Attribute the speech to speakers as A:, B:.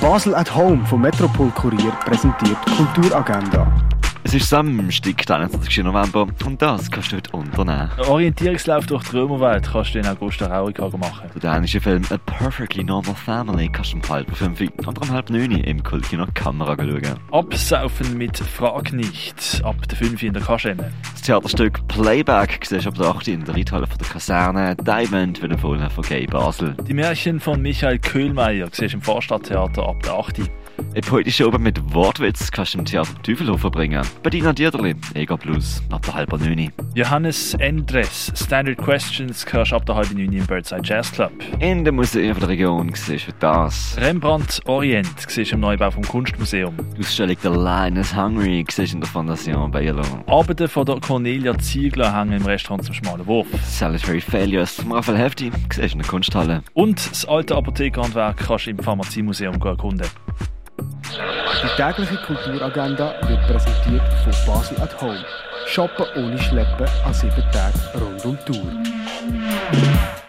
A: Basel at Home vom Metropol Kurier präsentiert Kulturagenda.
B: Es ist Samstag, der 21. November und das kannst du heute unternehmen.
C: Einen Orientierungslauf durch die Römerwelt kannst du in Augusta Raurica machen.
B: Der dänische Film A Perfectly Normal Family kannst du um halb fünf oder um halb neun im Kultkino Kamera schauen.
C: Absaufen mit Frag nicht. Ab der 5 in der Kaschemme.
B: Das Theaterstück Playback siehst du ab der 8 in der Reithalle von der Kaserne Diamond wird empfohlen von Gay Basel.
C: Die Märchen von Michael Köhlmeier siehst du im Vorstadttheater ab der 8.
B: Eine poetische Oper mit Wortwitz kannst du im Theater Teufelhof verbringen. Bettina Dierderli, Ega Plus, ab der halben neun.
C: Johannes Endres, Standard Questions kannst du ab der halben 9 im Birdside Jazz Club.
B: In den Museen der Region siehst du das.
C: Rembrandt Orient siehst du im Neubau vom Kunstmuseum.
B: Die Ausstellung The Lion is Hungry siehst du in der Fondation Bayerlo.
C: Arbeiten von der Cornelia Ziegler hängen im Restaurant zum Schmalen Wurf.
B: Salutary Failures von Raphael Hefti siehst du in der Kunsthalle.
C: Und das alte Apothekerhandwerk kannst du im Pharmaziemuseum erkunden.
A: Die tägliche Kulturagenda wird präsentiert von Basel at Home. Shoppen ohne Schleppen an sieben Tagen rund um die Tour.